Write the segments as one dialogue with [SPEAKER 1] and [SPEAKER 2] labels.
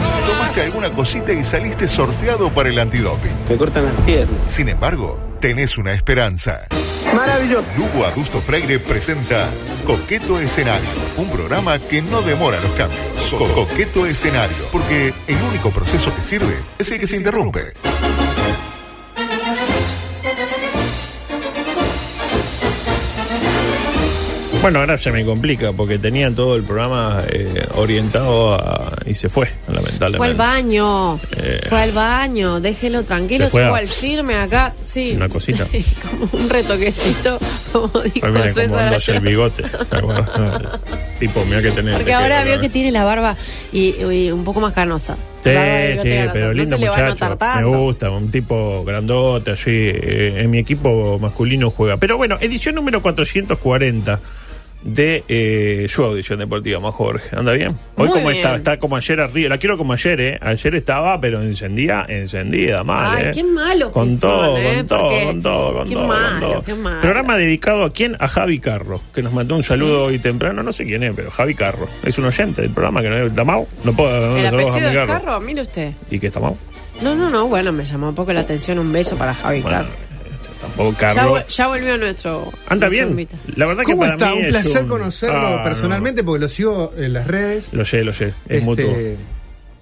[SPEAKER 1] hiciste alguna cosita y saliste sorteado para el antidoping.
[SPEAKER 2] Me cortan las piernas.
[SPEAKER 1] Sin embargo, tenés una esperanza.
[SPEAKER 2] Maravilloso.
[SPEAKER 1] Lugo Adusto Freire presenta Coqueto Escenario, un programa que no demora los cambios. Co- Coqueto Escenario, porque el único proceso que sirve es el que se interrumpe.
[SPEAKER 3] Bueno, ahora se me complica porque tenían todo el programa eh, orientado a, y se fue, lamentablemente.
[SPEAKER 4] Fue al baño, fue al baño, déjelo tranquilo,
[SPEAKER 3] Eh. se fue a-
[SPEAKER 4] estuvo al firme acá, sí.
[SPEAKER 3] Una cosita.
[SPEAKER 4] como un retoquecito, como dijo
[SPEAKER 3] Ahí viene como
[SPEAKER 4] César
[SPEAKER 3] dándose el
[SPEAKER 4] ayer.
[SPEAKER 3] bigote. ¿te acuerdas? tipo, mira que tenés.
[SPEAKER 4] Porque ahora vio que tiene la barba y, y un poco más canosa.
[SPEAKER 3] Sí,
[SPEAKER 4] La barba de bigote
[SPEAKER 3] sí,
[SPEAKER 4] canosa.
[SPEAKER 3] pero
[SPEAKER 4] no
[SPEAKER 3] lindo
[SPEAKER 4] se le va a
[SPEAKER 3] muchacho.
[SPEAKER 4] notar tanto.
[SPEAKER 3] Me gusta, un tipo grandote así. eh, en mi equipo masculino juega. Pero bueno, edición número 440 de eh, su audición deportiva, más Jorge. ¿Anda bien? Hoy
[SPEAKER 4] Muy
[SPEAKER 3] como
[SPEAKER 4] bien.
[SPEAKER 3] está, está como ayer arriba. La quiero como ayer, ¿eh? Ayer estaba, pero encendía, encendida, mal.
[SPEAKER 4] Ay,
[SPEAKER 3] ¿eh?
[SPEAKER 4] qué malos que
[SPEAKER 3] Con
[SPEAKER 4] son,
[SPEAKER 3] todo,
[SPEAKER 4] ¿eh?
[SPEAKER 3] con todo,
[SPEAKER 4] Porque-
[SPEAKER 3] con todo, con
[SPEAKER 4] qué
[SPEAKER 3] todo. con
[SPEAKER 4] malo,
[SPEAKER 3] todo.
[SPEAKER 4] qué malo.
[SPEAKER 3] Programa dedicado a quién? A Javi Carro, que nos mandó un saludo hoy temprano. No sé quién es, pero Javi Carro. Es un oyente del programa que no es Damao. No puedo
[SPEAKER 4] ¿El
[SPEAKER 3] darle saludos a
[SPEAKER 4] apellido
[SPEAKER 3] mi
[SPEAKER 4] de
[SPEAKER 3] Carro.
[SPEAKER 4] carro? Mire usted.
[SPEAKER 3] ¿Y qué está mal?
[SPEAKER 4] No, no, no, bueno, me llamó un poco la atención. Un beso para Javi
[SPEAKER 3] Bueno,
[SPEAKER 4] Carro.
[SPEAKER 3] este, tampoco
[SPEAKER 4] Ya,
[SPEAKER 3] Carlos.
[SPEAKER 4] vol- ya volvió nuestro.
[SPEAKER 3] Anda
[SPEAKER 4] nuestro
[SPEAKER 3] bien.
[SPEAKER 4] invitado.
[SPEAKER 3] La verdad que
[SPEAKER 5] ¿Cómo
[SPEAKER 3] para
[SPEAKER 5] está?
[SPEAKER 3] mí
[SPEAKER 5] Un
[SPEAKER 3] es
[SPEAKER 5] placer conocerlo
[SPEAKER 3] Ah, no.
[SPEAKER 5] personalmente porque lo sigo en las redes.
[SPEAKER 3] Lo sé, lo sé. Es
[SPEAKER 5] Este,
[SPEAKER 3] mutuo.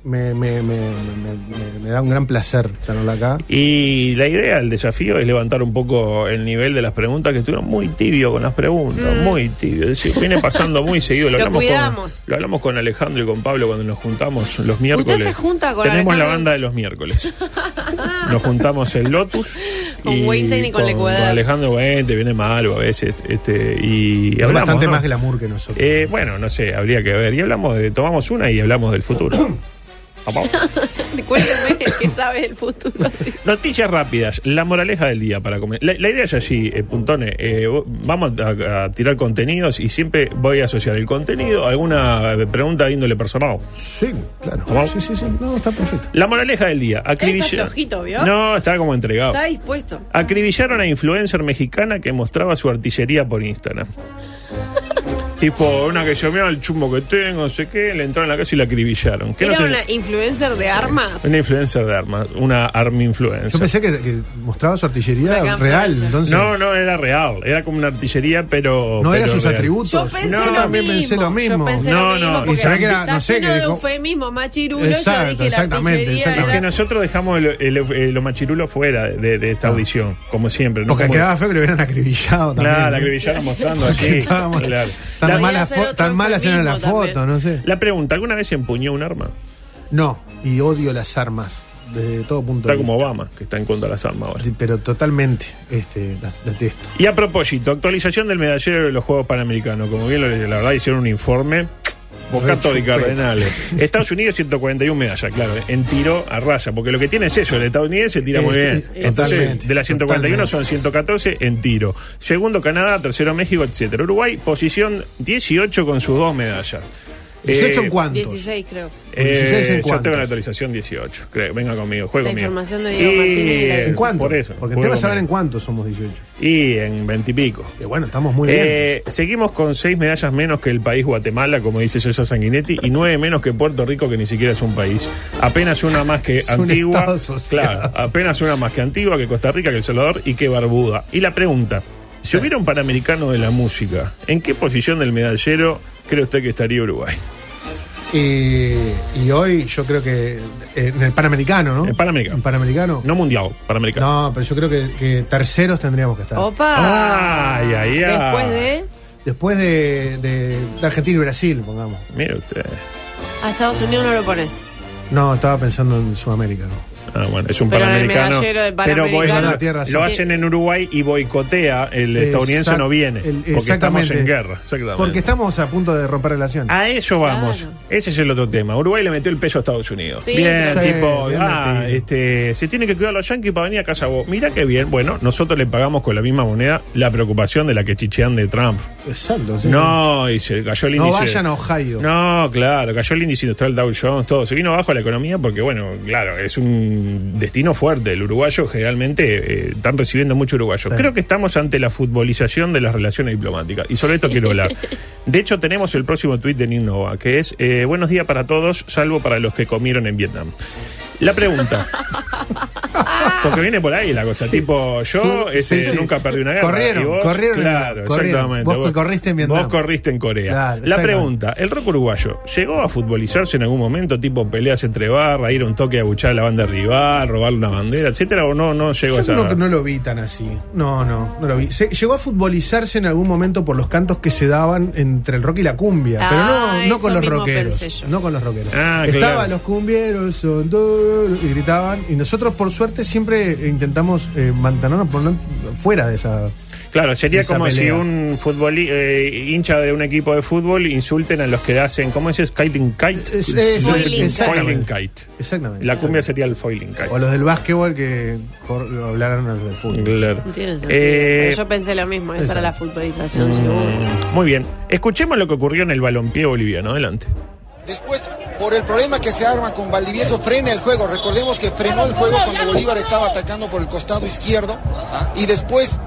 [SPEAKER 5] Me, me- me- me- me- me da un gran placer tenerlo acá.
[SPEAKER 3] Y la idea, el desafío es levantar un poco el nivel de las preguntas, que estuvieron muy tibio con las preguntas, muy tibio. Es decir, viene pasando muy seguido.
[SPEAKER 4] Mm. Lo
[SPEAKER 3] con,
[SPEAKER 4] cuidamos.
[SPEAKER 3] lo hablamos con Alejandro y con Pablo cuando nos juntamos los miércoles.
[SPEAKER 4] se junta con
[SPEAKER 3] Tenemos
[SPEAKER 4] Alejandro?
[SPEAKER 3] la banda de los miércoles. Nos juntamos en Lotus.
[SPEAKER 4] Con
[SPEAKER 3] y
[SPEAKER 4] Weinstein y con Lecuadal.
[SPEAKER 3] con Alejandro Weinstein, viene malo a veces. Este, y
[SPEAKER 5] Es
[SPEAKER 3] hablamos,
[SPEAKER 5] bastante
[SPEAKER 3] ¿no?
[SPEAKER 5] más glamour que nosotros.
[SPEAKER 3] Eh, bueno, no sé, habría que ver. Y hablamos de, tomamos una y hablamos del futuro. Papá.
[SPEAKER 4] Cuénteme que sabe del futuro.
[SPEAKER 3] Noticias rápidas, la moraleja del día para comer. La, la idea es así, eh, Puntone, eh, vo- vamos a, a tirar contenidos y siempre voy a asociar el contenido a alguna eh, pregunta de índole personal.
[SPEAKER 5] Sí, claro.
[SPEAKER 3] ¿Cómo?
[SPEAKER 5] Sí, sí, sí. No, está perfecto.
[SPEAKER 3] La moraleja del día, acribilla-
[SPEAKER 4] flojito, ¿vio?
[SPEAKER 3] No, está como entregado.
[SPEAKER 4] Está dispuesto.
[SPEAKER 3] Acribillaron a influencer mexicana que mostraba su artillería por Instagram. tipo, una que yo mira el chumbo que tengo, no sé qué, le entraron en la casa y la acribillaron. ¿Qué no
[SPEAKER 4] Era
[SPEAKER 3] sé-
[SPEAKER 4] una influencer de armas.
[SPEAKER 3] una influencer de armas, una army influencer.
[SPEAKER 5] Yo pensé que, que mostraba su
[SPEAKER 4] Una
[SPEAKER 5] artillería
[SPEAKER 4] gran
[SPEAKER 5] real.
[SPEAKER 4] fuerza.
[SPEAKER 5] Entonces,
[SPEAKER 3] Pues No, no, era real. Era como una artillería, pero.
[SPEAKER 5] no
[SPEAKER 3] pero
[SPEAKER 5] eran sus
[SPEAKER 3] real.
[SPEAKER 5] atributos.
[SPEAKER 4] Yo pensé,
[SPEAKER 3] No,
[SPEAKER 4] lo,
[SPEAKER 5] también
[SPEAKER 4] mismo.
[SPEAKER 5] pensé lo mismo.
[SPEAKER 4] Yo pensé
[SPEAKER 3] No,
[SPEAKER 4] lo mismo.
[SPEAKER 3] no, y
[SPEAKER 4] porque
[SPEAKER 5] sabés que era,
[SPEAKER 4] está
[SPEAKER 5] no sé,
[SPEAKER 4] lleno
[SPEAKER 5] que
[SPEAKER 4] de
[SPEAKER 5] co-
[SPEAKER 4] eufemismo, machirulo.
[SPEAKER 5] Exacto,
[SPEAKER 4] yo dije
[SPEAKER 5] exactamente,
[SPEAKER 4] La artillería
[SPEAKER 3] Es
[SPEAKER 5] exactamente.
[SPEAKER 3] que
[SPEAKER 4] era-
[SPEAKER 3] nosotros dejamos el, el- el- lo machirullo fuera de, de esta audición, como siempre. ¿no?
[SPEAKER 5] Ah. Porque
[SPEAKER 3] Como-
[SPEAKER 5] quedaba feo que lo hubieran acribillado también.
[SPEAKER 3] Claro, la
[SPEAKER 5] ¿no?
[SPEAKER 3] acribillaron mostrando
[SPEAKER 5] Porque
[SPEAKER 3] así.
[SPEAKER 5] estábamos-
[SPEAKER 3] claro.
[SPEAKER 5] Tan,
[SPEAKER 3] La-
[SPEAKER 5] malas
[SPEAKER 4] Podía ser
[SPEAKER 5] fo-
[SPEAKER 4] otro
[SPEAKER 5] tan malas eran las
[SPEAKER 4] eufemismo
[SPEAKER 5] fotos, no sé.
[SPEAKER 3] La pregunta: ¿alguna vez empuñó un arma?
[SPEAKER 5] No, y odio las armas desde todo punto
[SPEAKER 3] Está
[SPEAKER 5] de
[SPEAKER 3] como
[SPEAKER 5] vista.
[SPEAKER 3] Obama, que está en contra de las armas ahora.
[SPEAKER 5] Sí, Pero totalmente este, las detesto.
[SPEAKER 3] Y a propósito, actualización del medallero de los Juegos Panamericanos. Como bien lo, la verdad hicieron un informe. Bocato y
[SPEAKER 5] Rechupé.
[SPEAKER 3] Cardenales. Estados Unidos 141 medallas, claro, en tiro a raza, porque lo que tiene es eso, el estadounidense tira muy
[SPEAKER 5] Este,
[SPEAKER 3] bien. Entonces,
[SPEAKER 5] totalmente,
[SPEAKER 3] de las 141 son 114 en tiro. Segundo Canadá, tercero México, etcétera. Uruguay, posición 18 con sus dos medallas.
[SPEAKER 5] 18 en cuántos?
[SPEAKER 4] 16, creo.
[SPEAKER 3] Eh,
[SPEAKER 5] 16 en
[SPEAKER 3] yo tengo
[SPEAKER 5] cuántos?
[SPEAKER 3] la actualización 18, creo. Venga conmigo, juega
[SPEAKER 4] La
[SPEAKER 3] conmigo.
[SPEAKER 4] información de Diego Martínez y la-
[SPEAKER 3] eh,
[SPEAKER 5] ¿En cuánto?
[SPEAKER 3] Por eso.
[SPEAKER 5] Porque el
[SPEAKER 3] juega
[SPEAKER 5] tema es saber en
[SPEAKER 3] conmigo.
[SPEAKER 5] cuánto somos 18.
[SPEAKER 3] Y en 20 y pico.
[SPEAKER 5] Que bueno, estamos muy
[SPEAKER 3] Eh, seguimos con seis medallas menos que el país Guatemala, como dice César Sanguinetti, y nueve menos que Puerto Rico, que ni siquiera es un país. Apenas una más que
[SPEAKER 5] Es un
[SPEAKER 3] Antigua.
[SPEAKER 5] estado social.
[SPEAKER 3] Claro, apenas una más que Antigua, que Costa Rica, que El Salvador y que Barbuda. Y la pregunta: si hubiera un panamericano de la música, ¿en qué posición del medallero cree usted que estaría Uruguay?
[SPEAKER 5] bien. Eh, Y, y hoy yo creo que eh, en el Panamericano, ¿no?
[SPEAKER 3] El Panamericano.
[SPEAKER 5] ¿En Panamericano?
[SPEAKER 3] No mundial, panamericano.
[SPEAKER 5] No, pero yo creo que, que terceros tendríamos que estar.
[SPEAKER 4] Opa.
[SPEAKER 3] Ay, ay, ay.
[SPEAKER 4] Después de.
[SPEAKER 5] Después de, de- de Argentina y Brasil, pongamos.
[SPEAKER 3] Mire usted.
[SPEAKER 4] A Estados Unidos no lo pones.
[SPEAKER 5] No, estaba pensando en Sudamérica, ¿no?
[SPEAKER 3] Ah, bueno, es un
[SPEAKER 4] Pero en el
[SPEAKER 3] panamericano.
[SPEAKER 4] medallero del
[SPEAKER 3] Pero voy-
[SPEAKER 4] Panamericano-
[SPEAKER 5] No, tierra, sí.
[SPEAKER 3] lo hacen en Uruguay y boicotea. El
[SPEAKER 5] Exact-
[SPEAKER 3] estadounidense no viene.
[SPEAKER 5] el-
[SPEAKER 3] porque estamos
[SPEAKER 5] exactamente.
[SPEAKER 3] en guerra. Exactamente.
[SPEAKER 5] Porque estamos a punto de romper relaciones.
[SPEAKER 3] A eso vamos.
[SPEAKER 4] Claro.
[SPEAKER 3] Ese es el otro tema. Uruguay le metió el peso a Estados Unidos.
[SPEAKER 4] Sí.
[SPEAKER 3] bien,
[SPEAKER 5] Sí,
[SPEAKER 3] tipo,
[SPEAKER 5] bien
[SPEAKER 3] ah,
[SPEAKER 5] metido.
[SPEAKER 3] este, se tiene que cuidar los yanquis para venir a casa vos. Mira qué bien. Bueno, nosotros le pagamos con la misma moneda la preocupación de la que chichean de Trump.
[SPEAKER 5] Exacto. sí,
[SPEAKER 3] Ah. No, dice, cayó el
[SPEAKER 5] sí. No
[SPEAKER 3] índice.
[SPEAKER 5] vayan a Ohio.
[SPEAKER 3] No, claro, cayó el índice industrial Dow Jones, todo. Se vino abajo la economía porque, bueno, claro, es un un destino fuerte. El uruguayo generalmente eh, están recibiendo mucho uruguayo.
[SPEAKER 5] Sí.
[SPEAKER 3] Creo que estamos ante la futbolización de las relaciones diplomáticas. Y sobre esto quiero hablar. De hecho, tenemos el próximo tuit de Ninova, que es eh, Buenos días para todos, salvo para los que comieron en Vietnam. La pregunta. Porque viene por ahí la cosa, tipo yo
[SPEAKER 5] Sí,
[SPEAKER 3] este,
[SPEAKER 5] sí, sí.
[SPEAKER 3] nunca perdí una guerra.
[SPEAKER 5] Corrieron,
[SPEAKER 3] y vos,
[SPEAKER 5] corrieron en
[SPEAKER 3] claro,
[SPEAKER 5] Vietnam, corrieron.
[SPEAKER 3] exactamente.
[SPEAKER 5] Vos que corriste en Vietnam.
[SPEAKER 3] Vos corriste en Corea.
[SPEAKER 5] Claro,
[SPEAKER 3] la
[SPEAKER 5] exactamente.
[SPEAKER 3] pregunta, ¿el rock uruguayo llegó a futbolizarse en algún momento, tipo peleas entre barra, ir a un toque a buchar a la banda rival, robarle una bandera, etcétera? ¿O no, no llegó a
[SPEAKER 5] Yo
[SPEAKER 3] esa
[SPEAKER 5] no, no lo vi tan así. No, no, no lo vi. Se- llegó a futbolizarse en algún momento por los cantos que se daban entre el rock y la cumbia. pero no,
[SPEAKER 4] Ah,
[SPEAKER 5] no con
[SPEAKER 4] eso
[SPEAKER 5] los
[SPEAKER 4] mismo pensé
[SPEAKER 5] rockeros.
[SPEAKER 4] yo.
[SPEAKER 5] No con los rockeros.
[SPEAKER 3] Ah,
[SPEAKER 5] Estaban
[SPEAKER 3] claro.
[SPEAKER 5] los cumbieros, son todos, y gritaban. Y nosotros, por suerte, siempre intentamos eh, mantenernos por no- fuera de esa.
[SPEAKER 3] Claro, sería
[SPEAKER 5] esa
[SPEAKER 3] como si
[SPEAKER 5] pelea.
[SPEAKER 3] un futboli- eh, hincha de un equipo de fútbol insulten a los que hacen, ¿cómo es? Kiting kite.
[SPEAKER 5] Es-
[SPEAKER 4] Foiling
[SPEAKER 5] es-
[SPEAKER 3] Foiling
[SPEAKER 5] exactamente.
[SPEAKER 3] kite.
[SPEAKER 5] Exactamente.
[SPEAKER 3] La cumbia sería el foiling kite.
[SPEAKER 5] O los del básquetbol que cor- hablaron a los del fútbol.
[SPEAKER 3] Claro.
[SPEAKER 4] No tiene sentido.
[SPEAKER 3] Eh,
[SPEAKER 4] Pero yo pensé lo mismo, esa
[SPEAKER 5] esa. Mm.
[SPEAKER 4] era la futbolización, seguro.
[SPEAKER 3] Muy bien, escuchemos lo que ocurrió en el balompié boliviano. Adelante.
[SPEAKER 6] Después, por el problema que se arma con Valdivieso, frena el juego. Recordemos que frenó el juego cuando Bolívar estaba atacando por el costado izquierdo. Y después,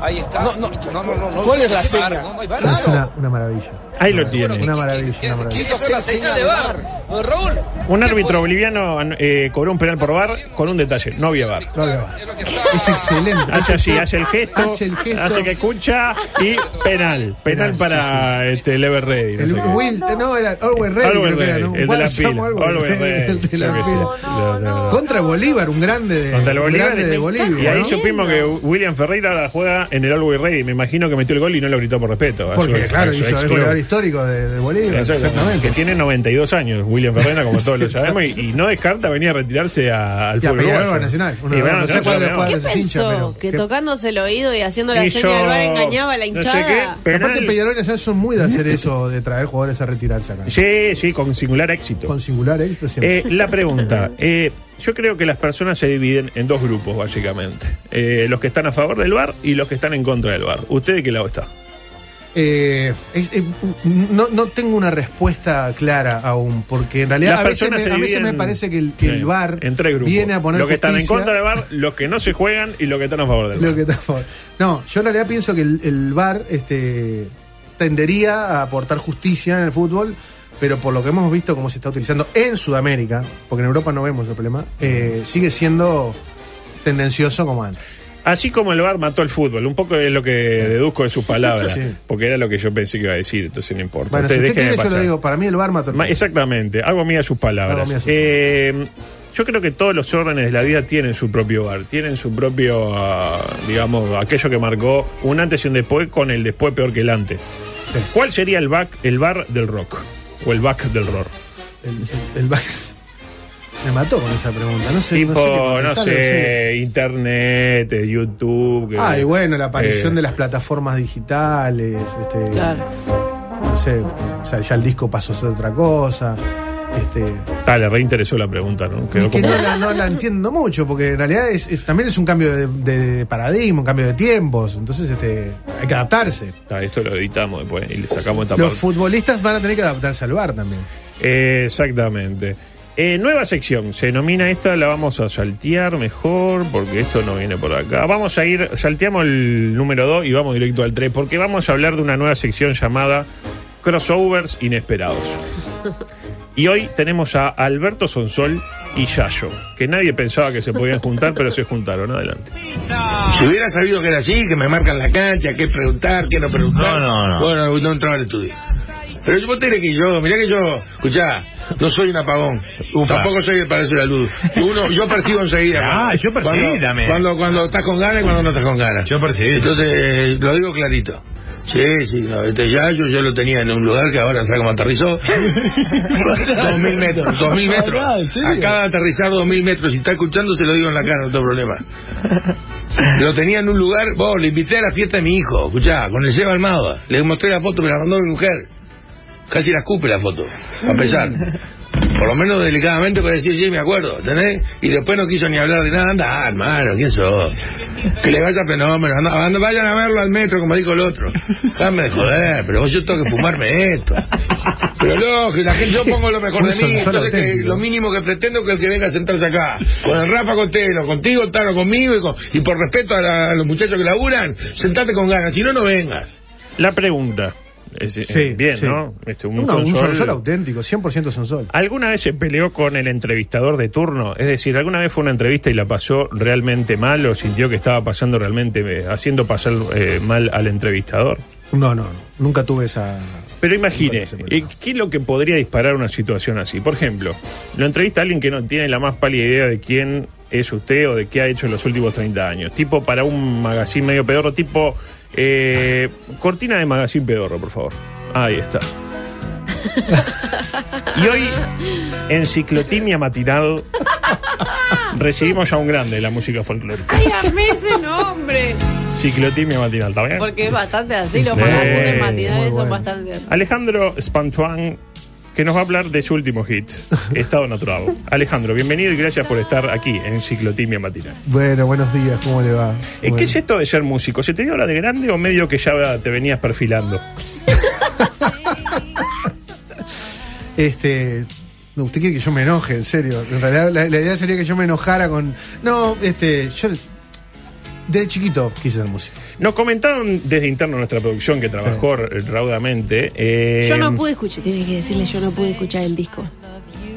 [SPEAKER 7] Ahí está.
[SPEAKER 6] No, no, ¿cuál es la
[SPEAKER 7] Hay
[SPEAKER 6] seña?
[SPEAKER 7] VAR, No, no hay VAR.
[SPEAKER 6] Claro.
[SPEAKER 5] Es una, una maravilla.
[SPEAKER 3] Ahí lo tiene.
[SPEAKER 5] Ah, Una maravilla, una maravilla.
[SPEAKER 7] ¿Quieres hacer la señal de bar? Don Raúl.
[SPEAKER 3] Un árbitro boliviano an- eh, cobró un penal por bar con un detalle, no había bar.
[SPEAKER 5] No había bar.
[SPEAKER 7] Es lo que está-
[SPEAKER 5] Es excelente.
[SPEAKER 3] Hace así, hace el gesto, hace,
[SPEAKER 5] Hace el gesto.
[SPEAKER 3] que escucha y penal. Penal
[SPEAKER 5] sí,
[SPEAKER 3] para este, Lever Ready.
[SPEAKER 5] El Will, eh, no, era Always Ready,
[SPEAKER 3] Always
[SPEAKER 5] creo que era,
[SPEAKER 3] Ready,
[SPEAKER 5] ¿no?
[SPEAKER 3] el de la
[SPEAKER 5] Guasamo,
[SPEAKER 3] pila,
[SPEAKER 5] Always
[SPEAKER 3] Always
[SPEAKER 5] Ready,
[SPEAKER 3] Ready,
[SPEAKER 5] el de la
[SPEAKER 3] creo que sí.
[SPEAKER 5] pila.
[SPEAKER 3] No, no, no.
[SPEAKER 5] Contra Bolívar, un grande de,
[SPEAKER 3] Contra el
[SPEAKER 5] un
[SPEAKER 3] Bolívar,
[SPEAKER 5] grande de Bolívar.
[SPEAKER 3] Y ahí
[SPEAKER 5] ¿no?
[SPEAKER 3] supimos que William Ferreira la juega en el Always Ready. Me imagino que metió el gol y no lo gritó por respeto. a
[SPEAKER 5] Porque,
[SPEAKER 3] su- a
[SPEAKER 5] claro,
[SPEAKER 3] su
[SPEAKER 5] hizo
[SPEAKER 3] ex
[SPEAKER 5] el
[SPEAKER 3] club.
[SPEAKER 5] goleador histórico de, de Bolívar.
[SPEAKER 3] Exactamente. Que tiene 92 años, William Ferreira, como todos lo sabemos, y, y no descarta venir a retirarse a- al
[SPEAKER 5] Y a
[SPEAKER 3] fútbol.
[SPEAKER 5] Peñarol
[SPEAKER 3] uruguayo.
[SPEAKER 5] Nacional, uno
[SPEAKER 3] Y
[SPEAKER 5] de los-
[SPEAKER 3] bueno,
[SPEAKER 5] no sé
[SPEAKER 3] no,
[SPEAKER 5] cuál de
[SPEAKER 3] no,
[SPEAKER 5] los cuadros
[SPEAKER 4] ¿Qué
[SPEAKER 5] Pero se
[SPEAKER 4] pensó?
[SPEAKER 5] hincha, pero-
[SPEAKER 4] que
[SPEAKER 5] que-
[SPEAKER 4] tocándose el oído y haciendo la
[SPEAKER 3] Y
[SPEAKER 4] seña del
[SPEAKER 3] yo-
[SPEAKER 4] bar engañaba a la
[SPEAKER 3] no sé
[SPEAKER 4] hinchada.
[SPEAKER 3] qué,
[SPEAKER 5] Aparte,
[SPEAKER 3] Penal.
[SPEAKER 5] Peñarol y Nacional son muy de hacer eso, de traer jugadores a retirarse acá.
[SPEAKER 3] Sí, sí, con singular éxito.
[SPEAKER 5] Con singular éxito siempre.
[SPEAKER 3] Eh, la pregunta. eh, yo creo que las personas se dividen en dos grupos, básicamente. Eh, los que están a favor del bar y los que están en contra del bar. ¿Usted de qué lado está?
[SPEAKER 5] Eh, es- eh, no, no tengo una respuesta clara aún, porque en realidad
[SPEAKER 3] Las
[SPEAKER 5] a veces, me,
[SPEAKER 3] personas se
[SPEAKER 5] a veces
[SPEAKER 3] dividen-
[SPEAKER 5] me parece que el, que el
[SPEAKER 3] Sí,
[SPEAKER 5] VAR
[SPEAKER 3] en tres grupos.
[SPEAKER 5] viene a poner
[SPEAKER 3] Los que están en
[SPEAKER 5] justicia.
[SPEAKER 3] contra del bar, los que no se juegan y los que están a favor del
[SPEAKER 5] Lo
[SPEAKER 3] bar.
[SPEAKER 5] que está a favor. No, yo en realidad pienso que el, el VAR este, tendería a aportar justicia en el fútbol, pero por lo que hemos visto cómo se está utilizando en Sudamérica, porque en Europa no vemos el problema, eh, sigue siendo tendencioso como antes.
[SPEAKER 3] Así como el bar mató el fútbol, un poco es lo que deduzco de sus palabras,
[SPEAKER 5] Sí.
[SPEAKER 3] porque era lo que yo pensé que iba a decir, entonces no importa.
[SPEAKER 5] Bueno, si
[SPEAKER 3] Usted
[SPEAKER 5] usted
[SPEAKER 3] déjeme
[SPEAKER 5] quiere, yo lo
[SPEAKER 3] pasar.
[SPEAKER 5] digo, para mí el VAR mató el
[SPEAKER 3] Ma-
[SPEAKER 5] fútbol.
[SPEAKER 3] Exactamente, hago mía sus palabras.
[SPEAKER 5] Hago mía sus
[SPEAKER 3] Eh, yo creo que todos los órdenes de la vida tienen su propio bar, tienen su propio, ah, digamos, aquello que marcó un antes y un después con el después peor que el antes.
[SPEAKER 5] Sí.
[SPEAKER 3] ¿Cuál sería el, back, el bar del rock? O el back del rock.
[SPEAKER 5] El, el- el VAR. Me mató con esa pregunta. No sé,
[SPEAKER 3] tipo,
[SPEAKER 5] no sé, qué
[SPEAKER 3] no sé,
[SPEAKER 5] contestar, no sé.
[SPEAKER 3] internet, eh, YouTube. que-
[SPEAKER 5] Ay, bueno, la aparición
[SPEAKER 3] eh,
[SPEAKER 5] de las plataformas digitales, este,
[SPEAKER 4] Claro.
[SPEAKER 5] no sé, o sea, ya el disco pasó a ser otra cosa. Este,
[SPEAKER 3] Ah, le reinteresó la pregunta, ¿no? Quedó
[SPEAKER 5] y que
[SPEAKER 3] como-
[SPEAKER 5] no la, no la entiendo mucho, porque en realidad es, es- también es un cambio de, de paradigma, un cambio de tiempos, entonces este, hay que adaptarse.
[SPEAKER 3] Ah, esto lo editamos después y le sacamos esta
[SPEAKER 5] Los
[SPEAKER 3] parte.
[SPEAKER 5] futbolistas van a tener que adaptarse al bar también.
[SPEAKER 3] Eh, exactamente. Eh, nueva sección, se denomina esta, la vamos a saltear mejor porque esto no viene por acá. Vamos a ir, salteamos el número 2 y vamos directo al 3 porque vamos a hablar de una nueva sección llamada Crossovers Inesperados. Y hoy tenemos a Alberto Sonsol y Yayo, que nadie pensaba que se podían juntar, pero se juntaron. Adelante.
[SPEAKER 8] Si hubiera sabido que era así, que me marcan la cancha, qué preguntar, qué no preguntar.
[SPEAKER 9] No, no, no.
[SPEAKER 8] Bueno, no entraba al estudio. Pero yo vos tenés que yo, mirá que yo, escuchá, no soy un apagón.
[SPEAKER 9] Upa.
[SPEAKER 8] Tampoco soy el Palacio de la Luz. Uno, yo percibo enseguida.
[SPEAKER 9] Ah,
[SPEAKER 8] cuando-
[SPEAKER 9] yo percibí
[SPEAKER 8] cuando,
[SPEAKER 9] también.
[SPEAKER 8] Cuando, cuando estás con ganas y cuando no estás con ganas.
[SPEAKER 9] Yo percibí.
[SPEAKER 8] Entonces, eh, lo digo clarito. Sí, sí, no, este ya yo, yo lo tenía en un lugar que ahora no sé cómo aterrizó. dos mil metros, dos mil metros.
[SPEAKER 9] Ah, ¿en serio?
[SPEAKER 8] Acaba de aterrizar dos mil metros. Si está escuchando, se lo digo en la cara, no tengo problema. Lo tenía en un lugar, vos, le invité a la fiesta de mi hijo, escuchá, con el Seba Almada. Le mostré la foto, me la mandó mi mujer. Casi la escupe la foto, a pesar. Por lo menos delicadamente para decir, sí, me acuerdo, ¿entendés? Y después no quiso ni hablar de nada, anda, ah, hermano, ¿quién sos? Que le vaya fenómeno, anda, anda, vayan a verlo al metro, como dijo el otro. Déjame de joder, pero vos yo tengo que fumarme esto. Pero no, que la gente, yo pongo lo mejor
[SPEAKER 5] Un
[SPEAKER 8] de mí,
[SPEAKER 5] sonzón
[SPEAKER 8] entonces que
[SPEAKER 5] auténtico.
[SPEAKER 8] lo mínimo que pretendo que el que venga a sentarse acá, con el Rafa Cotelo, contigo, Tano, conmigo, y, con- y por respeto a, la- a los muchachos que laburan, sentate con ganas, si no, no vengas.
[SPEAKER 3] La pregunta. Es, eh,
[SPEAKER 5] Sí,
[SPEAKER 3] bien,
[SPEAKER 5] sí.
[SPEAKER 3] ¿no? Este, un
[SPEAKER 5] No,
[SPEAKER 3] Sonsol-
[SPEAKER 5] un Sonsol auténtico, 100% Sonsol.
[SPEAKER 3] ¿Alguna vez se peleó con el entrevistador de turno? Es decir, ¿alguna vez fue una entrevista y la pasó realmente mal o sintió que estaba pasando realmente, eh, haciendo pasar eh, mal al entrevistador?
[SPEAKER 5] No, no, no, nunca tuve esa.
[SPEAKER 3] Pero imagine,
[SPEAKER 5] Nunca se
[SPEAKER 3] eh,
[SPEAKER 5] peleó.
[SPEAKER 3] ¿qué es lo que podría disparar una situación así? Por ejemplo, lo entrevista a alguien que no tiene la más pálida idea de quién es usted o de qué ha hecho en los últimos 30 años. Tipo para un magazine medio pedorro, tipo eh, cortina de magazine pedorro, por favor. Ahí está. y hoy, en Ciclotimia Matinal, recibimos a un grande de la música folclórica.
[SPEAKER 4] Ay, amé ese nombre.
[SPEAKER 3] Ciclotimia Matinal, ¿está bien?
[SPEAKER 4] Porque es bastante así, los
[SPEAKER 3] Sí,
[SPEAKER 4] magazines
[SPEAKER 5] muy
[SPEAKER 4] matinales son
[SPEAKER 5] bueno.
[SPEAKER 4] bastante así.
[SPEAKER 3] Alejandro Spantuan, que nos va a hablar de su último hit, Estado Natural. Alejandro, bienvenido y gracias por estar aquí en Ciclotimia Matinal.
[SPEAKER 5] Bueno, buenos días, ¿cómo le va?
[SPEAKER 3] Eh, ¿Qué es esto de ser músico? ¿Se te dio ahora de grande o medio que ya te venías perfilando?
[SPEAKER 5] Este. no, Usted quiere que yo me enoje, en serio. En realidad, la, la idea sería que yo me enojara con. No, este. Yo. Desde chiquito quise ser músico.
[SPEAKER 3] Nos comentaron desde interno nuestra producción que trabajó eh, raudamente. eh,
[SPEAKER 4] Yo no pude escuchar, tiene que decirle, yo no pude escuchar el disco.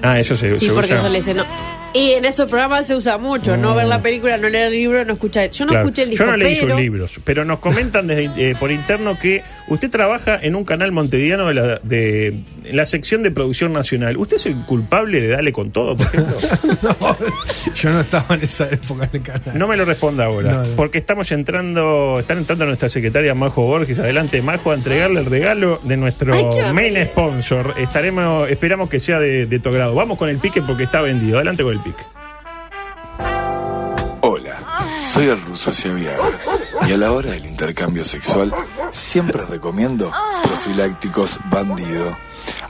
[SPEAKER 3] Ah, eso se,
[SPEAKER 4] Sí,
[SPEAKER 3] se
[SPEAKER 4] porque
[SPEAKER 3] usa.
[SPEAKER 4] eso le dice no. Y en esos programas se usa mucho, no ver la película, no leer el libro, no escuchar. Yo
[SPEAKER 3] Oh.
[SPEAKER 4] no
[SPEAKER 3] Claro.
[SPEAKER 4] escuché el disco,
[SPEAKER 3] Yo no leí
[SPEAKER 4] pero
[SPEAKER 3] sus libros, pero nos comentan desde, eh, por interno que usted trabaja en un canal montevideano de la, de, en la sección de producción nacional. ¿Usted es el culpable de Dale con todo, por ejemplo?
[SPEAKER 5] no, yo no estaba en esa época en el canal.
[SPEAKER 3] No me lo responda ahora,
[SPEAKER 5] No, no.
[SPEAKER 3] porque estamos entrando, están entrando nuestra secretaria Majo Borges, adelante Majo, a entregarle el regalo de nuestro
[SPEAKER 4] Ay, qué
[SPEAKER 3] main
[SPEAKER 4] horrible.
[SPEAKER 3] sponsor. Estaremos, esperamos que sea de, de tu grado. Vamos con el pique porque está vendido. Adelante con el pique.
[SPEAKER 9] Hola, soy el ruso Siaviaga y a la hora del intercambio sexual siempre recomiendo profilácticos bandido.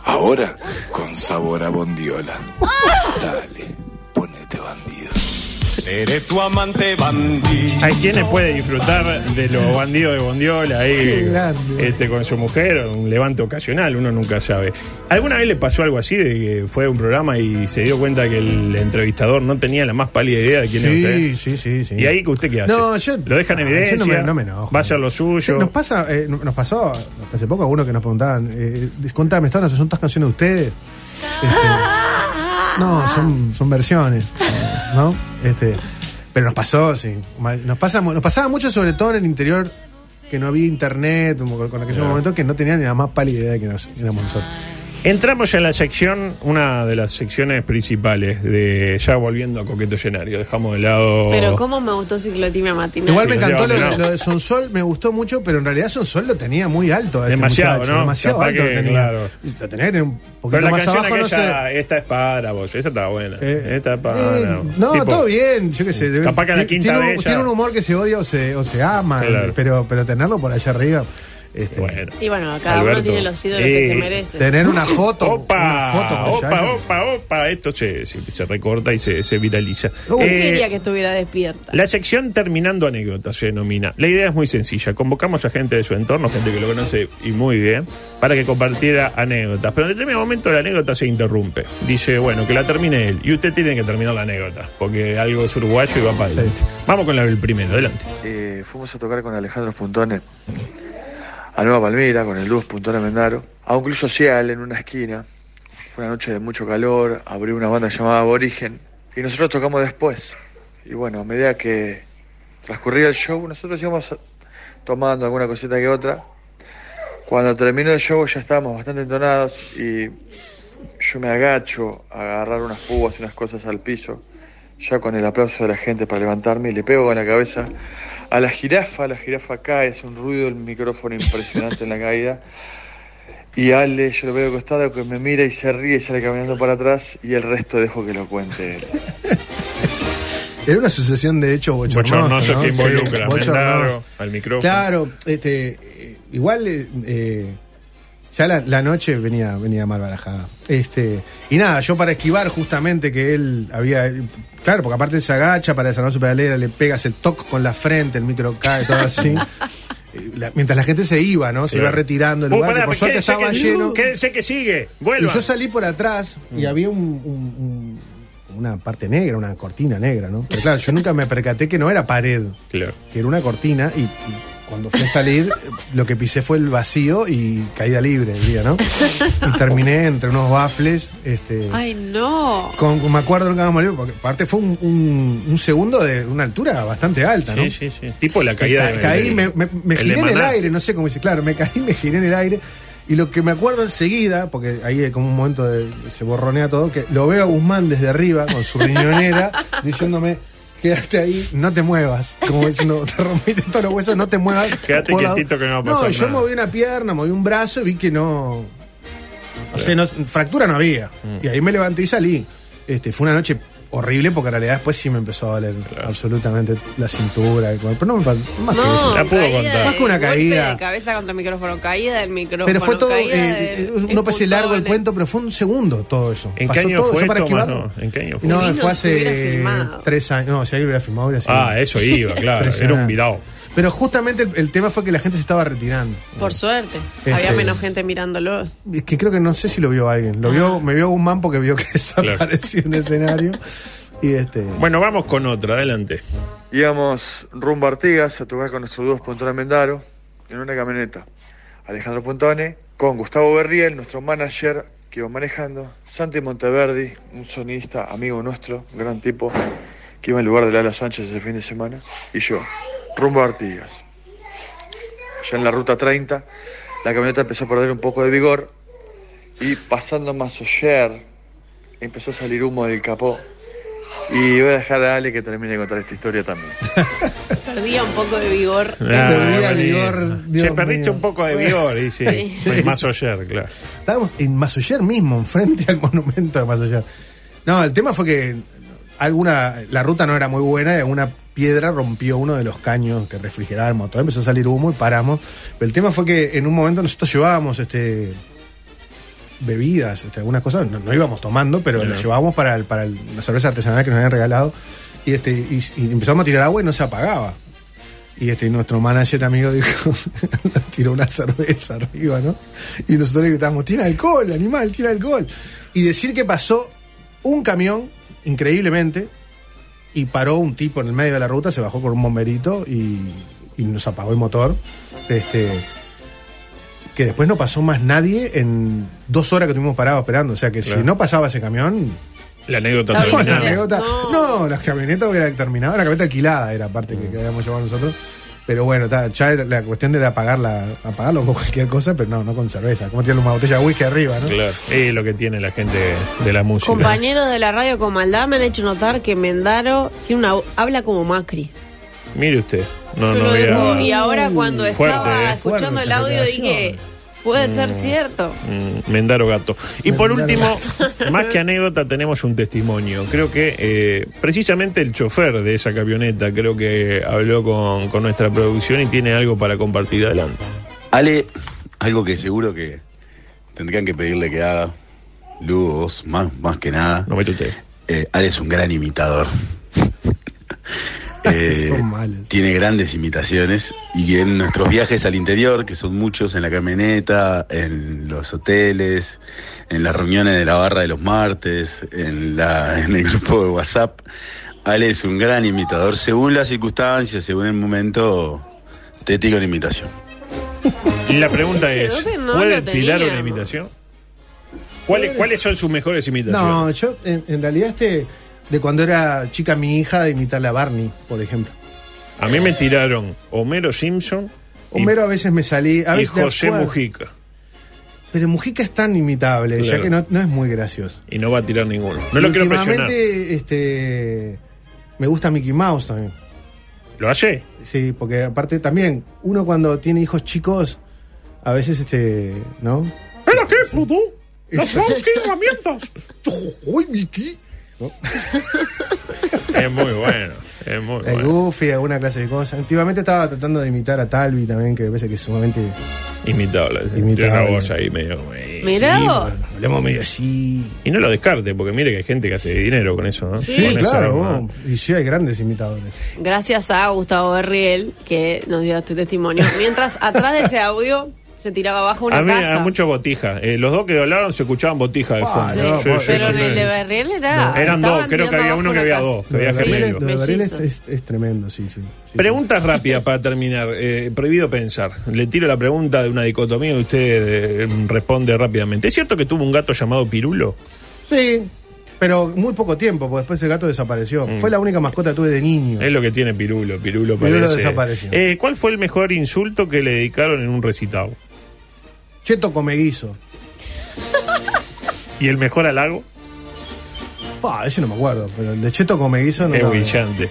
[SPEAKER 9] Ahora con sabor a bondiola. Dale, ponete bandido.
[SPEAKER 10] Seré tu amante bandido.
[SPEAKER 3] Hay quienes puede disfrutar de los bandidos de Bondiola ahí
[SPEAKER 5] grande.
[SPEAKER 3] este, con su mujer, un levante ocasional, uno nunca sabe. ¿Alguna vez le pasó algo así de que fue a un programa y se dio cuenta que el entrevistador no tenía la más pálida idea de quién es
[SPEAKER 5] Sí,
[SPEAKER 3] usted?
[SPEAKER 5] sí, sí, sí.
[SPEAKER 3] ¿Y ahí que usted qué hace?
[SPEAKER 5] No, yo.
[SPEAKER 3] ¿Lo dejan en
[SPEAKER 5] Ah,
[SPEAKER 3] evidencia?
[SPEAKER 5] yo no me, no me enojo.
[SPEAKER 3] ¿Va a ser lo
[SPEAKER 5] Sí,
[SPEAKER 3] suyo?
[SPEAKER 5] Nos, pasa, eh, nos pasó hasta hace poco a uno que nos preguntaban, eh, contame, ¿estaban las asuntas canciones de ustedes? Este, no, son, son versiones, ¿no? Este, pero nos pasó, sí. Ma- Nos, pasa, mu- nos pasaba mucho, sobre todo en el interior, que no había internet, como con, con aquellos momentos que no tenían ni la más pálida idea de que nos, éramos nosotros.
[SPEAKER 3] Entramos en la sección, una de las secciones principales de ya volviendo a Coqueto Llenario. Dejamos de lado.
[SPEAKER 4] pero cómo me gustó Ciclotimia Matinal.
[SPEAKER 5] Igual me
[SPEAKER 3] sí,
[SPEAKER 5] encantó
[SPEAKER 3] no,
[SPEAKER 5] lo,
[SPEAKER 3] no.
[SPEAKER 5] lo de Sonsol, me gustó mucho, pero en realidad Sonsol lo tenía muy alto. a este
[SPEAKER 3] Demasiado,
[SPEAKER 5] muchacho,
[SPEAKER 3] ¿no?
[SPEAKER 5] Demasiado
[SPEAKER 3] Capaz
[SPEAKER 5] alto
[SPEAKER 3] que,
[SPEAKER 5] lo tenía.
[SPEAKER 3] claro.
[SPEAKER 5] Lo tenía que tener un
[SPEAKER 3] Pero
[SPEAKER 5] poquito
[SPEAKER 3] la
[SPEAKER 5] más
[SPEAKER 3] canción
[SPEAKER 5] abajo, no sé.
[SPEAKER 3] aquella, esta es para vos, esta está buena.
[SPEAKER 5] Eh,
[SPEAKER 3] esta es para.
[SPEAKER 5] eh, no,
[SPEAKER 3] Tipo,
[SPEAKER 5] todo bien, yo qué sé. debe-
[SPEAKER 3] Capaz que a la quinta
[SPEAKER 5] tiene, un-
[SPEAKER 3] de ella-
[SPEAKER 5] tiene un humor que se odia o se, o se ama,
[SPEAKER 3] Claro.
[SPEAKER 5] pero, pero tenerlo por allá arriba. este,
[SPEAKER 3] Bueno.
[SPEAKER 4] Y bueno, cada
[SPEAKER 3] Alberto.
[SPEAKER 4] uno tiene los ídolos que
[SPEAKER 3] Eh,
[SPEAKER 4] se merece.
[SPEAKER 5] Tener una foto. una
[SPEAKER 3] Opa,
[SPEAKER 5] foto por allá,
[SPEAKER 3] opa,
[SPEAKER 5] yo-
[SPEAKER 3] opa, opa. Esto se, se, se recorta y se, se viraliza.
[SPEAKER 4] Yo
[SPEAKER 3] Eh,
[SPEAKER 4] quería que estuviera despierta.
[SPEAKER 3] La sección Terminando Anécdotas se denomina. La idea es muy sencilla. Convocamos a gente de su entorno, gente que lo conoce y muy bien, para que compartiera anécdotas. Pero en determinado momento la anécdota se interrumpe. Dice, bueno, que la termine él. Y usted tiene que terminar la anécdota, porque algo es uruguayo y va para adelante. Vamos con la del primero, adelante.
[SPEAKER 11] Eh, fuimos a tocar con Alejandro Puntone a Nueva Palmira, con el Luz Puntone Mendaro, a un club social en una esquina. Fue una noche de mucho calor, abrió una banda llamada Aborigen y nosotros tocamos después. Y bueno, a medida que transcurría el show, nosotros íbamos tomando alguna cosita que otra. Cuando terminó el show ya estábamos bastante entonados y yo me agacho a agarrar unas púas y unas cosas al piso, ya con el aplauso de la gente para levantarme y le pego con la cabeza a la jirafa, la jirafa cae, hace un ruido el micrófono impresionante en la caída. Y Ale, yo lo veo de costado, que me mira y se ríe y sale caminando para atrás y el resto dejo que lo cuente él.
[SPEAKER 5] Era una sucesión de hechos bochornosos.
[SPEAKER 3] Bochornoso
[SPEAKER 5] ¿no?
[SPEAKER 3] que
[SPEAKER 5] Sí,
[SPEAKER 3] involucra.
[SPEAKER 5] bochornosos.
[SPEAKER 3] Mendaro, al micrófono.
[SPEAKER 5] Claro, este, eh, igual eh, eh, Ya la, la noche venía, venía mal barajada. Este, y nada, yo para esquivar justamente que él había. Claro, porque aparte él se agacha para desarmar su pedalera, le pegas el toque con la frente, el micro cae, todo así. Eh, la- mientras la gente se iba, ¿no? Se
[SPEAKER 3] Claro.
[SPEAKER 5] iba retirando el
[SPEAKER 3] Uh,
[SPEAKER 5] lugar,
[SPEAKER 3] pará,
[SPEAKER 5] que por
[SPEAKER 3] pues
[SPEAKER 5] suerte
[SPEAKER 3] quédense
[SPEAKER 5] estaba
[SPEAKER 3] que-
[SPEAKER 5] lleno.
[SPEAKER 3] Quédense que sigue.
[SPEAKER 5] Y
[SPEAKER 3] Vuelvan.
[SPEAKER 5] yo salí por atrás
[SPEAKER 3] Mm.
[SPEAKER 5] y había un- un- un- una parte negra, una cortina negra, ¿no? Pero claro, yo nunca me percaté que no era pared,
[SPEAKER 3] Claro.
[SPEAKER 5] que era una cortina y, y cuando fui a salir lo que pisé fue el vacío y caída libre, diría, ¿no? Y terminé entre unos bafles, este...
[SPEAKER 4] Ay, no.
[SPEAKER 5] Con, con- me acuerdo nunca más me olvido, porque aparte fue un, un- un segundo de una altura bastante alta, ¿no?
[SPEAKER 3] Sí, sí, sí. Tipo la caída
[SPEAKER 5] Me
[SPEAKER 3] de-
[SPEAKER 5] ca- caí,
[SPEAKER 3] de-
[SPEAKER 5] me, me- me
[SPEAKER 3] el de
[SPEAKER 5] giré en el
[SPEAKER 3] Maná.
[SPEAKER 5] aire, no sé cómo dice, claro, me caí, me giré en el aire. Y lo que me acuerdo enseguida, porque ahí hay como un momento de se borronea todo, que lo veo a Guzmán desde arriba con su riñonera diciéndome, quédate ahí, no te muevas. Como diciendo, te rompiste todos los huesos, no te muevas.
[SPEAKER 3] Quédate
[SPEAKER 5] Por la-
[SPEAKER 3] quietito que no va a pasar
[SPEAKER 5] No, yo
[SPEAKER 3] nada.
[SPEAKER 5] moví una pierna, moví un brazo y vi que no... O sea, no- fractura no había.
[SPEAKER 3] Mm.
[SPEAKER 5] Y ahí me levanté y salí. Este, fue una noche horrible porque en realidad después sí me empezó a doler absolutamente la cintura. y como- Pero no me pa- más que eso.
[SPEAKER 4] No,
[SPEAKER 3] La pudo contar.
[SPEAKER 4] de-
[SPEAKER 5] Más que una
[SPEAKER 4] golpe
[SPEAKER 5] caída.
[SPEAKER 4] de cabeza contra el micrófono, caída del micrófono.
[SPEAKER 5] Pero fue todo,
[SPEAKER 4] caída
[SPEAKER 5] eh,
[SPEAKER 4] del-
[SPEAKER 5] eh, no pasé
[SPEAKER 4] el
[SPEAKER 5] largo el
[SPEAKER 4] pulmón,
[SPEAKER 5] cuento, pero fue un segundo todo eso.
[SPEAKER 3] ¿En qué
[SPEAKER 5] Pasó
[SPEAKER 3] año
[SPEAKER 5] todo
[SPEAKER 3] fue
[SPEAKER 5] eso para
[SPEAKER 3] esto, más
[SPEAKER 5] esquivarlo.
[SPEAKER 3] no? ¿En qué año fue?
[SPEAKER 5] No,
[SPEAKER 4] Divino
[SPEAKER 5] fue
[SPEAKER 4] si hubiera
[SPEAKER 5] hace
[SPEAKER 4] filmado.
[SPEAKER 5] tres años. No, si alguien hubiera filmado, hubiera sido.
[SPEAKER 3] Ah, eso iba, claro. Era un
[SPEAKER 5] impresionante.
[SPEAKER 3] virado.
[SPEAKER 5] Pero justamente el, el tema fue que la gente se estaba retirando.
[SPEAKER 4] Por suerte.
[SPEAKER 5] Este-
[SPEAKER 4] Había menos gente mirándolos.
[SPEAKER 5] Es que creo que no sé si lo vio alguien. Lo
[SPEAKER 4] Ah.
[SPEAKER 5] vio, me vio Guzmán porque vio que desapareció en el escenario. Y este.
[SPEAKER 3] Bueno, vamos con otra, adelante.
[SPEAKER 11] Íbamos rumbo a Artigas a tocar con nuestros dúos Pontone Mendaro en una camioneta. Alejandro Pontone con Gustavo Berriel, nuestro manager que iba manejando. Santi Monteverdi, un sonidista amigo nuestro, un gran tipo, que iba en lugar de Lala Sánchez ese fin de semana. Y yo, rumbo a Artigas. Ya en la ruta 30, la camioneta empezó a perder un poco de vigor y pasando Masoyer empezó a salir humo del capó. Y voy a dejar a Ale que termine de contar esta historia también.
[SPEAKER 4] Perdía un poco de vigor.
[SPEAKER 5] perdía
[SPEAKER 3] Ah,
[SPEAKER 5] vigor, Dios
[SPEAKER 3] Se perdiste
[SPEAKER 5] mío.
[SPEAKER 3] un poco de vigor, y sí.
[SPEAKER 4] Sí.
[SPEAKER 3] Fue más ayer, claro.
[SPEAKER 5] Estábamos en Masoyer mismo, enfrente al monumento de Masoyer. No, el tema fue que alguna, la ruta no era muy buena y alguna piedra rompió uno de los caños que refrigeraba el motor. Empezó a salir humo y paramos. Pero el tema fue que en un momento nosotros llevábamos este bebidas, este, algunas cosas, no, no íbamos tomando, pero las llevábamos para, el- para el- la cerveza artesanal que nos habían regalado. Y, este, y- y empezamos a tirar agua y no se apagaba. Y este, nuestro manager amigo dijo, tiró una cerveza arriba, ¿no? Y nosotros le gritamos, tiene alcohol, animal, tiene alcohol. Y decir que pasó un camión, increíblemente, y paró un tipo en el medio de la ruta, se bajó con un bomberito y, y nos apagó el motor. Este, que después no pasó más nadie en dos horas que tuvimos parados esperando. O sea que
[SPEAKER 3] Claro.
[SPEAKER 5] si no pasaba ese camión,
[SPEAKER 3] La anécdota
[SPEAKER 4] Está
[SPEAKER 5] no, la
[SPEAKER 4] Terminado.
[SPEAKER 3] terminada.
[SPEAKER 5] anécdota-
[SPEAKER 4] No.
[SPEAKER 5] no, las camionetas hubieran terminado. La camioneta alquilada era parte que, que habíamos llevado nosotros. Pero bueno, ta, ya era- la cuestión era apagarla, apagarlo con cualquier cosa, pero no, no con cerveza. Como tiene una botella de whisky arriba, ¿no?
[SPEAKER 3] Claro. Es lo que tiene la gente de la música.
[SPEAKER 4] Compañeros de la radio con maldad me han hecho notar que Mendaro tiene una habla como Macri.
[SPEAKER 3] Mire usted. No,
[SPEAKER 4] Yo
[SPEAKER 3] no
[SPEAKER 4] lo dejo, y
[SPEAKER 3] había.
[SPEAKER 4] ahora cuando
[SPEAKER 3] Fuerte,
[SPEAKER 4] estaba
[SPEAKER 3] eh.
[SPEAKER 4] escuchando el
[SPEAKER 5] Fuerte
[SPEAKER 4] audio dije,
[SPEAKER 5] declaración.
[SPEAKER 4] puede ser cierto.
[SPEAKER 3] Mm, Mendaro Gato. Y por
[SPEAKER 5] Mendaro
[SPEAKER 3] último, más que anécdota, tenemos un testimonio. Creo que eh, precisamente el chofer de esa camioneta, creo que habló con, con nuestra producción y tiene algo para compartir adelante.
[SPEAKER 12] Ale, algo que seguro que tendrían que pedirle que haga, Lu, vos, más, más que nada.
[SPEAKER 3] No me tutee.
[SPEAKER 12] eh, Ale es un gran imitador. Eh,
[SPEAKER 5] Son males.
[SPEAKER 12] tiene grandes imitaciones y en nuestros viajes al interior, que son muchos, en la camioneta, en los hoteles, en las reuniones de la barra de los martes, en, la, en el grupo de WhatsApp, Ale es un gran imitador, según las circunstancias, según el momento, te tira una imitación.
[SPEAKER 3] Y la pregunta
[SPEAKER 4] Ese
[SPEAKER 3] es,
[SPEAKER 4] dote no
[SPEAKER 3] ¿puede
[SPEAKER 4] lo
[SPEAKER 3] tirar una
[SPEAKER 4] teníamos.
[SPEAKER 3] imitación? ¿Cuáles, ¿Cuáles son sus mejores imitaciones?
[SPEAKER 5] No, yo en, en realidad este, de cuando era chica mi hija, de imitarle a Barney, por ejemplo.
[SPEAKER 3] A mí me tiraron Homero Simpson y-
[SPEAKER 5] Homero a veces me salí, a
[SPEAKER 3] y,
[SPEAKER 5] veces de
[SPEAKER 3] José
[SPEAKER 5] acuerdo.
[SPEAKER 3] Mujica.
[SPEAKER 5] Pero Mujica es tan imitable,
[SPEAKER 3] Claro.
[SPEAKER 5] ya que no, no es muy gracioso.
[SPEAKER 3] Y no va a tirar ninguno. No lo
[SPEAKER 5] Y
[SPEAKER 3] quiero presionar.
[SPEAKER 5] últimamente, este, me gusta Mickey Mouse también.
[SPEAKER 3] ¿Lo hace?
[SPEAKER 5] Sí, porque aparte también, uno cuando tiene hijos chicos, a veces este, ¿no?
[SPEAKER 3] ¿Pero qué, puto?
[SPEAKER 5] Los
[SPEAKER 3] qué herramientas!
[SPEAKER 5] ¡Uy, Miki!
[SPEAKER 3] Es muy bueno. Es muy
[SPEAKER 5] El
[SPEAKER 3] bueno.
[SPEAKER 5] Goofy, alguna clase de cosas. Últimamente estaba tratando de imitar a Talvi también, que me parece que es sumamente.
[SPEAKER 3] Y Imitable. Tiene una voz ahí medio. como, eh,
[SPEAKER 4] Mirá
[SPEAKER 3] sí,
[SPEAKER 4] vos.
[SPEAKER 3] bueno, Hablemos medio así. Y no lo descarte, porque mire que hay gente que hace dinero con eso, ¿no?
[SPEAKER 5] Sí,
[SPEAKER 3] Con esa
[SPEAKER 5] claro.
[SPEAKER 3] broma.
[SPEAKER 5] bueno, Y sí, hay grandes imitadores.
[SPEAKER 4] Gracias a Gustavo Berriel que nos dio este testimonio. Mientras atrás de ese audio se tiraba abajo una
[SPEAKER 3] A mí,
[SPEAKER 4] casa.
[SPEAKER 3] a mucho botija. Eh, los dos que hablaron se escuchaban botija de fondo.
[SPEAKER 4] Sí,
[SPEAKER 3] Yo- yo-
[SPEAKER 4] pero
[SPEAKER 3] yo-
[SPEAKER 4] en el de Berriel era.
[SPEAKER 3] Eran dos,
[SPEAKER 4] estaban
[SPEAKER 3] creo que
[SPEAKER 4] tirando
[SPEAKER 3] había
[SPEAKER 4] abajo
[SPEAKER 3] uno que
[SPEAKER 4] una
[SPEAKER 3] había
[SPEAKER 4] casa.
[SPEAKER 3] dos, que había
[SPEAKER 5] Lo de Barriles-
[SPEAKER 3] gemelos.
[SPEAKER 5] Lo de Barriles
[SPEAKER 4] Mellizo.
[SPEAKER 5] es, es tremendo, sí, sí.
[SPEAKER 3] Preguntas rápidas para terminar. Eh, prohibido pensar. Le tiro la pregunta de una dicotomía y usted eh, responde rápidamente. ¿Es cierto que tuvo un gato llamado Pirulo?
[SPEAKER 5] Sí, pero muy poco tiempo, porque después el gato desapareció.
[SPEAKER 3] Mm.
[SPEAKER 5] Fue la única mascota que tuve de niño.
[SPEAKER 3] Es lo que tiene Pirulo. Pirulo,
[SPEAKER 5] Pirulo
[SPEAKER 3] parece.
[SPEAKER 5] desapareció.
[SPEAKER 3] Eh, ¿Cuál fue el mejor insulto que le dedicaron en un recitado?
[SPEAKER 5] Cheto Comeguizo.
[SPEAKER 3] ¿Y el mejor halago?
[SPEAKER 5] Fa, ese no me acuerdo, pero el de Cheto Comeguizo no.
[SPEAKER 3] es
[SPEAKER 5] lo-
[SPEAKER 3] brillante.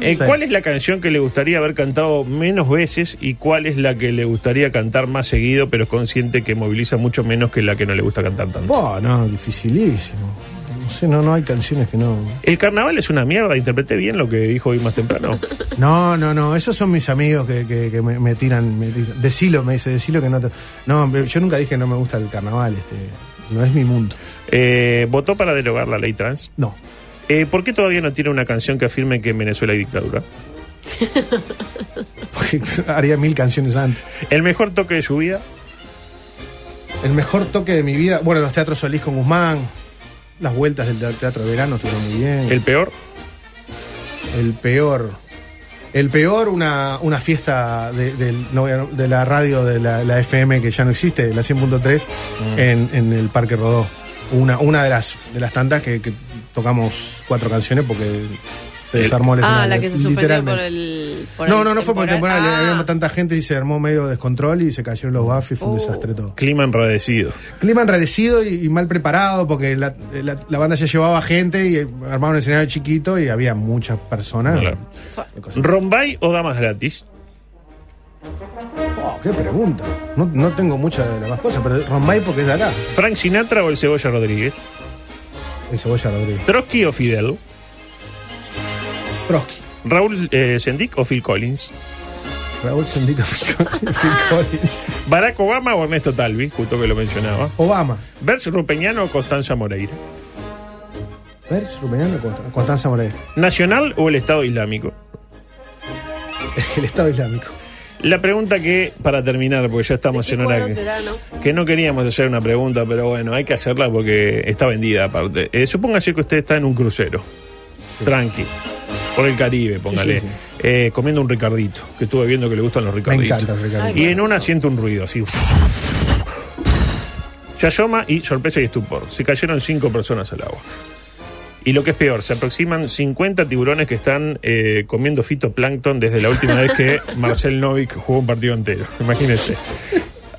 [SPEAKER 3] Eh,
[SPEAKER 5] Sí.
[SPEAKER 3] ¿Cuál es la canción que le gustaría haber cantado menos veces y cuál es la que le gustaría cantar más seguido, pero es consciente que moviliza mucho menos que la que no le gusta cantar tanto?
[SPEAKER 5] Fa, no, dificilísimo. No sé, no, no hay canciones que no.
[SPEAKER 3] El carnaval es una mierda, interpreté bien lo que dijo hoy más temprano.
[SPEAKER 5] No, no, no, esos son mis amigos que, que- que me, me tiran, me dicen, decilo, me dice, decilo que no te... No, me- yo nunca dije no me gusta el carnaval, este, no es mi mundo.
[SPEAKER 3] Eh, ¿Votó para derogar la ley trans?
[SPEAKER 5] No.
[SPEAKER 3] Eh, ¿Por qué todavía no tiene una canción que afirme que en Venezuela hay dictadura?
[SPEAKER 5] Porque haría mil canciones antes.
[SPEAKER 3] ¿El mejor toque de su vida?
[SPEAKER 5] El mejor toque de mi vida, bueno, los teatros Solís con Guzmán, las vueltas del te- teatro de verano estuvieron muy bien.
[SPEAKER 3] ¿El peor?
[SPEAKER 5] El peor. El peor, una, una fiesta de, del- no voy a- de la radio de la, la FM que ya no existe, la 100.3, en, en el Parque Rodó. Una, una de las de las tantas que, que tocamos cuatro canciones porque se desarmó el
[SPEAKER 4] Ah,
[SPEAKER 5] escenario,
[SPEAKER 4] la que se suspendió por
[SPEAKER 5] literalmente.
[SPEAKER 4] el. por
[SPEAKER 5] no,
[SPEAKER 4] el
[SPEAKER 5] no, no fue por temporal,
[SPEAKER 3] eh,
[SPEAKER 5] había
[SPEAKER 4] Ah,
[SPEAKER 5] tanta gente y se armó medio descontrol y se cayeron los buffs y fue
[SPEAKER 4] Uh.
[SPEAKER 5] un desastre todo.
[SPEAKER 3] Clima enradecido.
[SPEAKER 5] Clima enrarecido y, y mal preparado porque la, la- la banda ya llevaba gente y eh, armaron un escenario chiquito y había muchas personas.
[SPEAKER 3] Claro. ¿Rombay o damas gratis?
[SPEAKER 5] Oh, qué pregunta. No, no tengo muchas de las más cosas, pero Rombay porque es de acá.
[SPEAKER 3] ¿Frank Sinatra o el Cebolla Rodríguez?
[SPEAKER 5] El Cebolla Rodríguez.
[SPEAKER 3] ¿Trotsky o Fidel?
[SPEAKER 5] Trotsky.
[SPEAKER 3] ¿Raúl eh, Sendik o Phil Collins?
[SPEAKER 5] Raúl Sendico Phil Collins.
[SPEAKER 3] ¿Barack Obama o Ernesto Talvi? Justo que lo mencionaba.
[SPEAKER 5] Obama.
[SPEAKER 3] ¿Vers Rupeñano o Constanza Moreira?
[SPEAKER 5] Berch, Rumeñano, Constan- Constanza Moreira.
[SPEAKER 3] ¿Nacional o el Estado Islámico?
[SPEAKER 5] El Estado Islámico.
[SPEAKER 3] La pregunta que, para terminar, porque ya estamos en hora
[SPEAKER 4] ¿cuándo
[SPEAKER 3] que,
[SPEAKER 4] será, no?
[SPEAKER 3] que no queríamos hacer una pregunta, pero bueno, hay que hacerla porque está vendida aparte. Eh, supóngase que usted está en un crucero, tranqui, por el Caribe, póngale,
[SPEAKER 5] sí,
[SPEAKER 3] eh, comiendo un Ricardito, que estuve viendo que le gustan los Ricarditos.
[SPEAKER 5] encanta el Ricardito.
[SPEAKER 3] Y en una siente un ruido, así. Se asoma y sorpresa y estupor. Se cayeron cinco personas al agua. Y lo que es peor, se aproximan 50 tiburones que están eh, comiendo fitoplancton desde la última vez que Marcel Novik jugó un partido entero. Imagínense.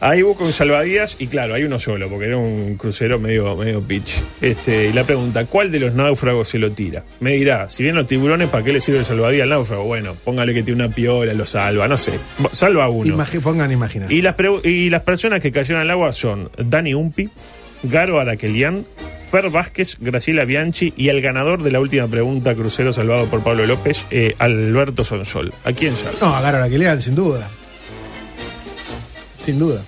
[SPEAKER 3] Ahí busca un salvavidas y claro, hay uno solo, porque era un crucero medio, medio pitch. Este, y la pregunta, ¿cuál de los náufragos se lo tira? Me dirá, si bien los tiburones, ¿para qué le sirve el salvavidas al náufrago? Bueno, póngale que tiene una piola, lo salva, no sé. Bo- Salva a uno.
[SPEAKER 5] Imagi- pongan imaginación.
[SPEAKER 3] Y las, preu- y las personas que cayeron al agua son Dani Umpi, Garo Araquelian, Fer Vázquez, Graciela Bianchi y el ganador de la última pregunta crucero salvado por Pablo López, eh, Alberto Sonsol. ¿A quién salva?
[SPEAKER 5] No, agarra la que lean, sin duda. Sin duda.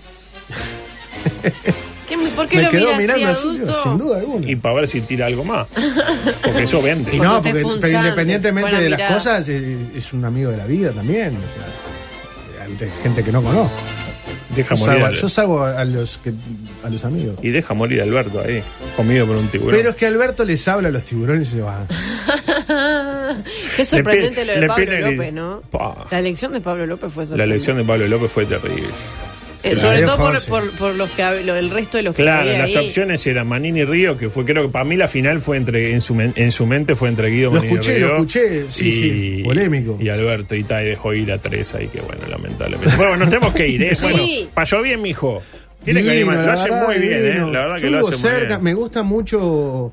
[SPEAKER 4] ¿qué me- ¿Por qué
[SPEAKER 5] Me
[SPEAKER 4] lo mira
[SPEAKER 5] quedó
[SPEAKER 4] así,
[SPEAKER 5] mirando así,
[SPEAKER 4] adulto?
[SPEAKER 5] sin duda alguna.
[SPEAKER 3] Y para ver si tira algo más. Porque eso vende.
[SPEAKER 5] Y
[SPEAKER 4] Porque
[SPEAKER 5] no, porque
[SPEAKER 4] te
[SPEAKER 5] pero
[SPEAKER 4] punzante,
[SPEAKER 5] independientemente
[SPEAKER 4] buena
[SPEAKER 5] de las
[SPEAKER 4] mirada.
[SPEAKER 5] cosas, eh, es un amigo de la vida también. o sea, ante gente que no conozco.
[SPEAKER 3] Deja
[SPEAKER 5] Yo
[SPEAKER 3] morir.
[SPEAKER 5] salgo,
[SPEAKER 3] al-
[SPEAKER 5] yo salgo a los que, a los amigos.
[SPEAKER 3] y deja morir a Alberto ahí, comido por un tiburón.
[SPEAKER 5] Pero es que Alberto les habla a los tiburones y se va.
[SPEAKER 4] Qué
[SPEAKER 3] Le pe-
[SPEAKER 4] sorprendente lo de
[SPEAKER 3] le
[SPEAKER 4] Pablo
[SPEAKER 3] pena que-
[SPEAKER 4] López, ¿no?
[SPEAKER 3] Pa.
[SPEAKER 4] La elección de Pablo López fue
[SPEAKER 3] La
[SPEAKER 4] sorprendente.
[SPEAKER 3] elección de Pablo López fue terrible.
[SPEAKER 4] Eh, sobre
[SPEAKER 5] Adiós,
[SPEAKER 4] todo por,
[SPEAKER 5] Jorge.
[SPEAKER 4] por- por los que hab- lo- el resto de los que
[SPEAKER 3] Claro,
[SPEAKER 4] había
[SPEAKER 3] las
[SPEAKER 4] ahí.
[SPEAKER 3] opciones eran Manini Río, que fue, creo que para mí la final fue entre, en su, men- en su mente fue entre Guido
[SPEAKER 5] Lo
[SPEAKER 3] Manini
[SPEAKER 5] escuché,
[SPEAKER 3] Río
[SPEAKER 5] lo escuché, sí, sí, polémico.
[SPEAKER 3] Y Alberto Itay dejó ir a tres ahí, que bueno, lamentablemente. Bueno, nos tenemos que ir, ¿eh?
[SPEAKER 4] Sí.
[SPEAKER 3] Bueno, pasó bien, mijo. Tiene que
[SPEAKER 5] Divino,
[SPEAKER 3] animar, lo
[SPEAKER 5] la
[SPEAKER 3] hace
[SPEAKER 5] verdad,
[SPEAKER 3] muy bien, ¿eh?
[SPEAKER 5] divino.
[SPEAKER 3] La verdad
[SPEAKER 5] Yo
[SPEAKER 3] que lo
[SPEAKER 5] vivo
[SPEAKER 3] hace
[SPEAKER 5] cerca,
[SPEAKER 3] muy bien. Mm.
[SPEAKER 5] Me gusta mucho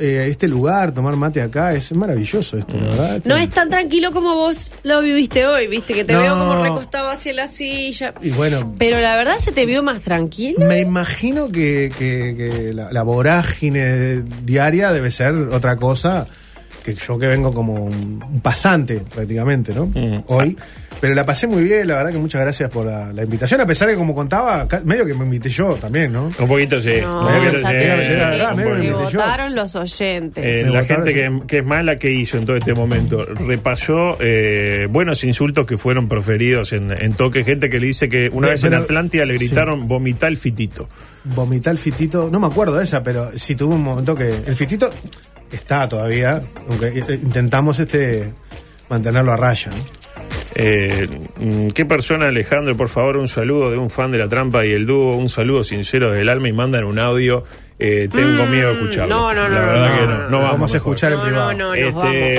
[SPEAKER 5] eh, este lugar, tomar mate acá. Es maravilloso esto,
[SPEAKER 3] Mm.
[SPEAKER 5] la verdad. este-
[SPEAKER 4] No es tan tranquilo como vos lo viviste hoy, viste, que te
[SPEAKER 5] No.
[SPEAKER 4] veo como recostado hacia la silla.
[SPEAKER 5] Y bueno,
[SPEAKER 4] Pero la verdad se te vio más tranquilo.
[SPEAKER 5] me imagino que, que- que la, la vorágine diaria debe ser otra cosa que yo que vengo como un, un pasante prácticamente, ¿no?
[SPEAKER 3] Mm.
[SPEAKER 5] Hoy. Pero la pasé muy bien, la verdad que muchas gracias por la, la invitación, a pesar de que como contaba, ca- medio que me invité yo también, ¿no?
[SPEAKER 3] Un poquito sí. un
[SPEAKER 4] No,
[SPEAKER 3] poquito
[SPEAKER 4] ya
[SPEAKER 3] sí.
[SPEAKER 4] te-
[SPEAKER 5] la verdad,
[SPEAKER 4] te-
[SPEAKER 5] me
[SPEAKER 4] te
[SPEAKER 5] metí yo.
[SPEAKER 4] votaron los oyentes.
[SPEAKER 3] Eh, la gente que, que es mala que hizo en todo este momento repasó eh, buenos insultos que fueron proferidos en, en toque. Gente que le dice que una
[SPEAKER 5] Pero-
[SPEAKER 3] vez en
[SPEAKER 5] pero-
[SPEAKER 3] Atlántida le gritaron vomitar el fitito.
[SPEAKER 5] Vomitar el fitito, no me acuerdo de esa, pero sí tuvo un momento que. El fitito está todavía, aunque eh, intentamos este mantenerlo a raya. ¿no?
[SPEAKER 3] Eh, mm, ¿Qué persona, Alejandro? Por favor, un saludo de un fan de la trampa y el dúo, un saludo sincero del alma y mandan un audio. Eh, tengo miedo de escucharlo.
[SPEAKER 4] no,
[SPEAKER 3] La
[SPEAKER 4] no, no,
[SPEAKER 3] verdad
[SPEAKER 4] Mm, no,
[SPEAKER 3] que
[SPEAKER 4] no,
[SPEAKER 3] no.
[SPEAKER 4] no,
[SPEAKER 3] no vamos,
[SPEAKER 5] Vamos a escuchar en
[SPEAKER 4] No,
[SPEAKER 5] privado.
[SPEAKER 4] no, no, nos
[SPEAKER 3] Este,
[SPEAKER 4] vamos.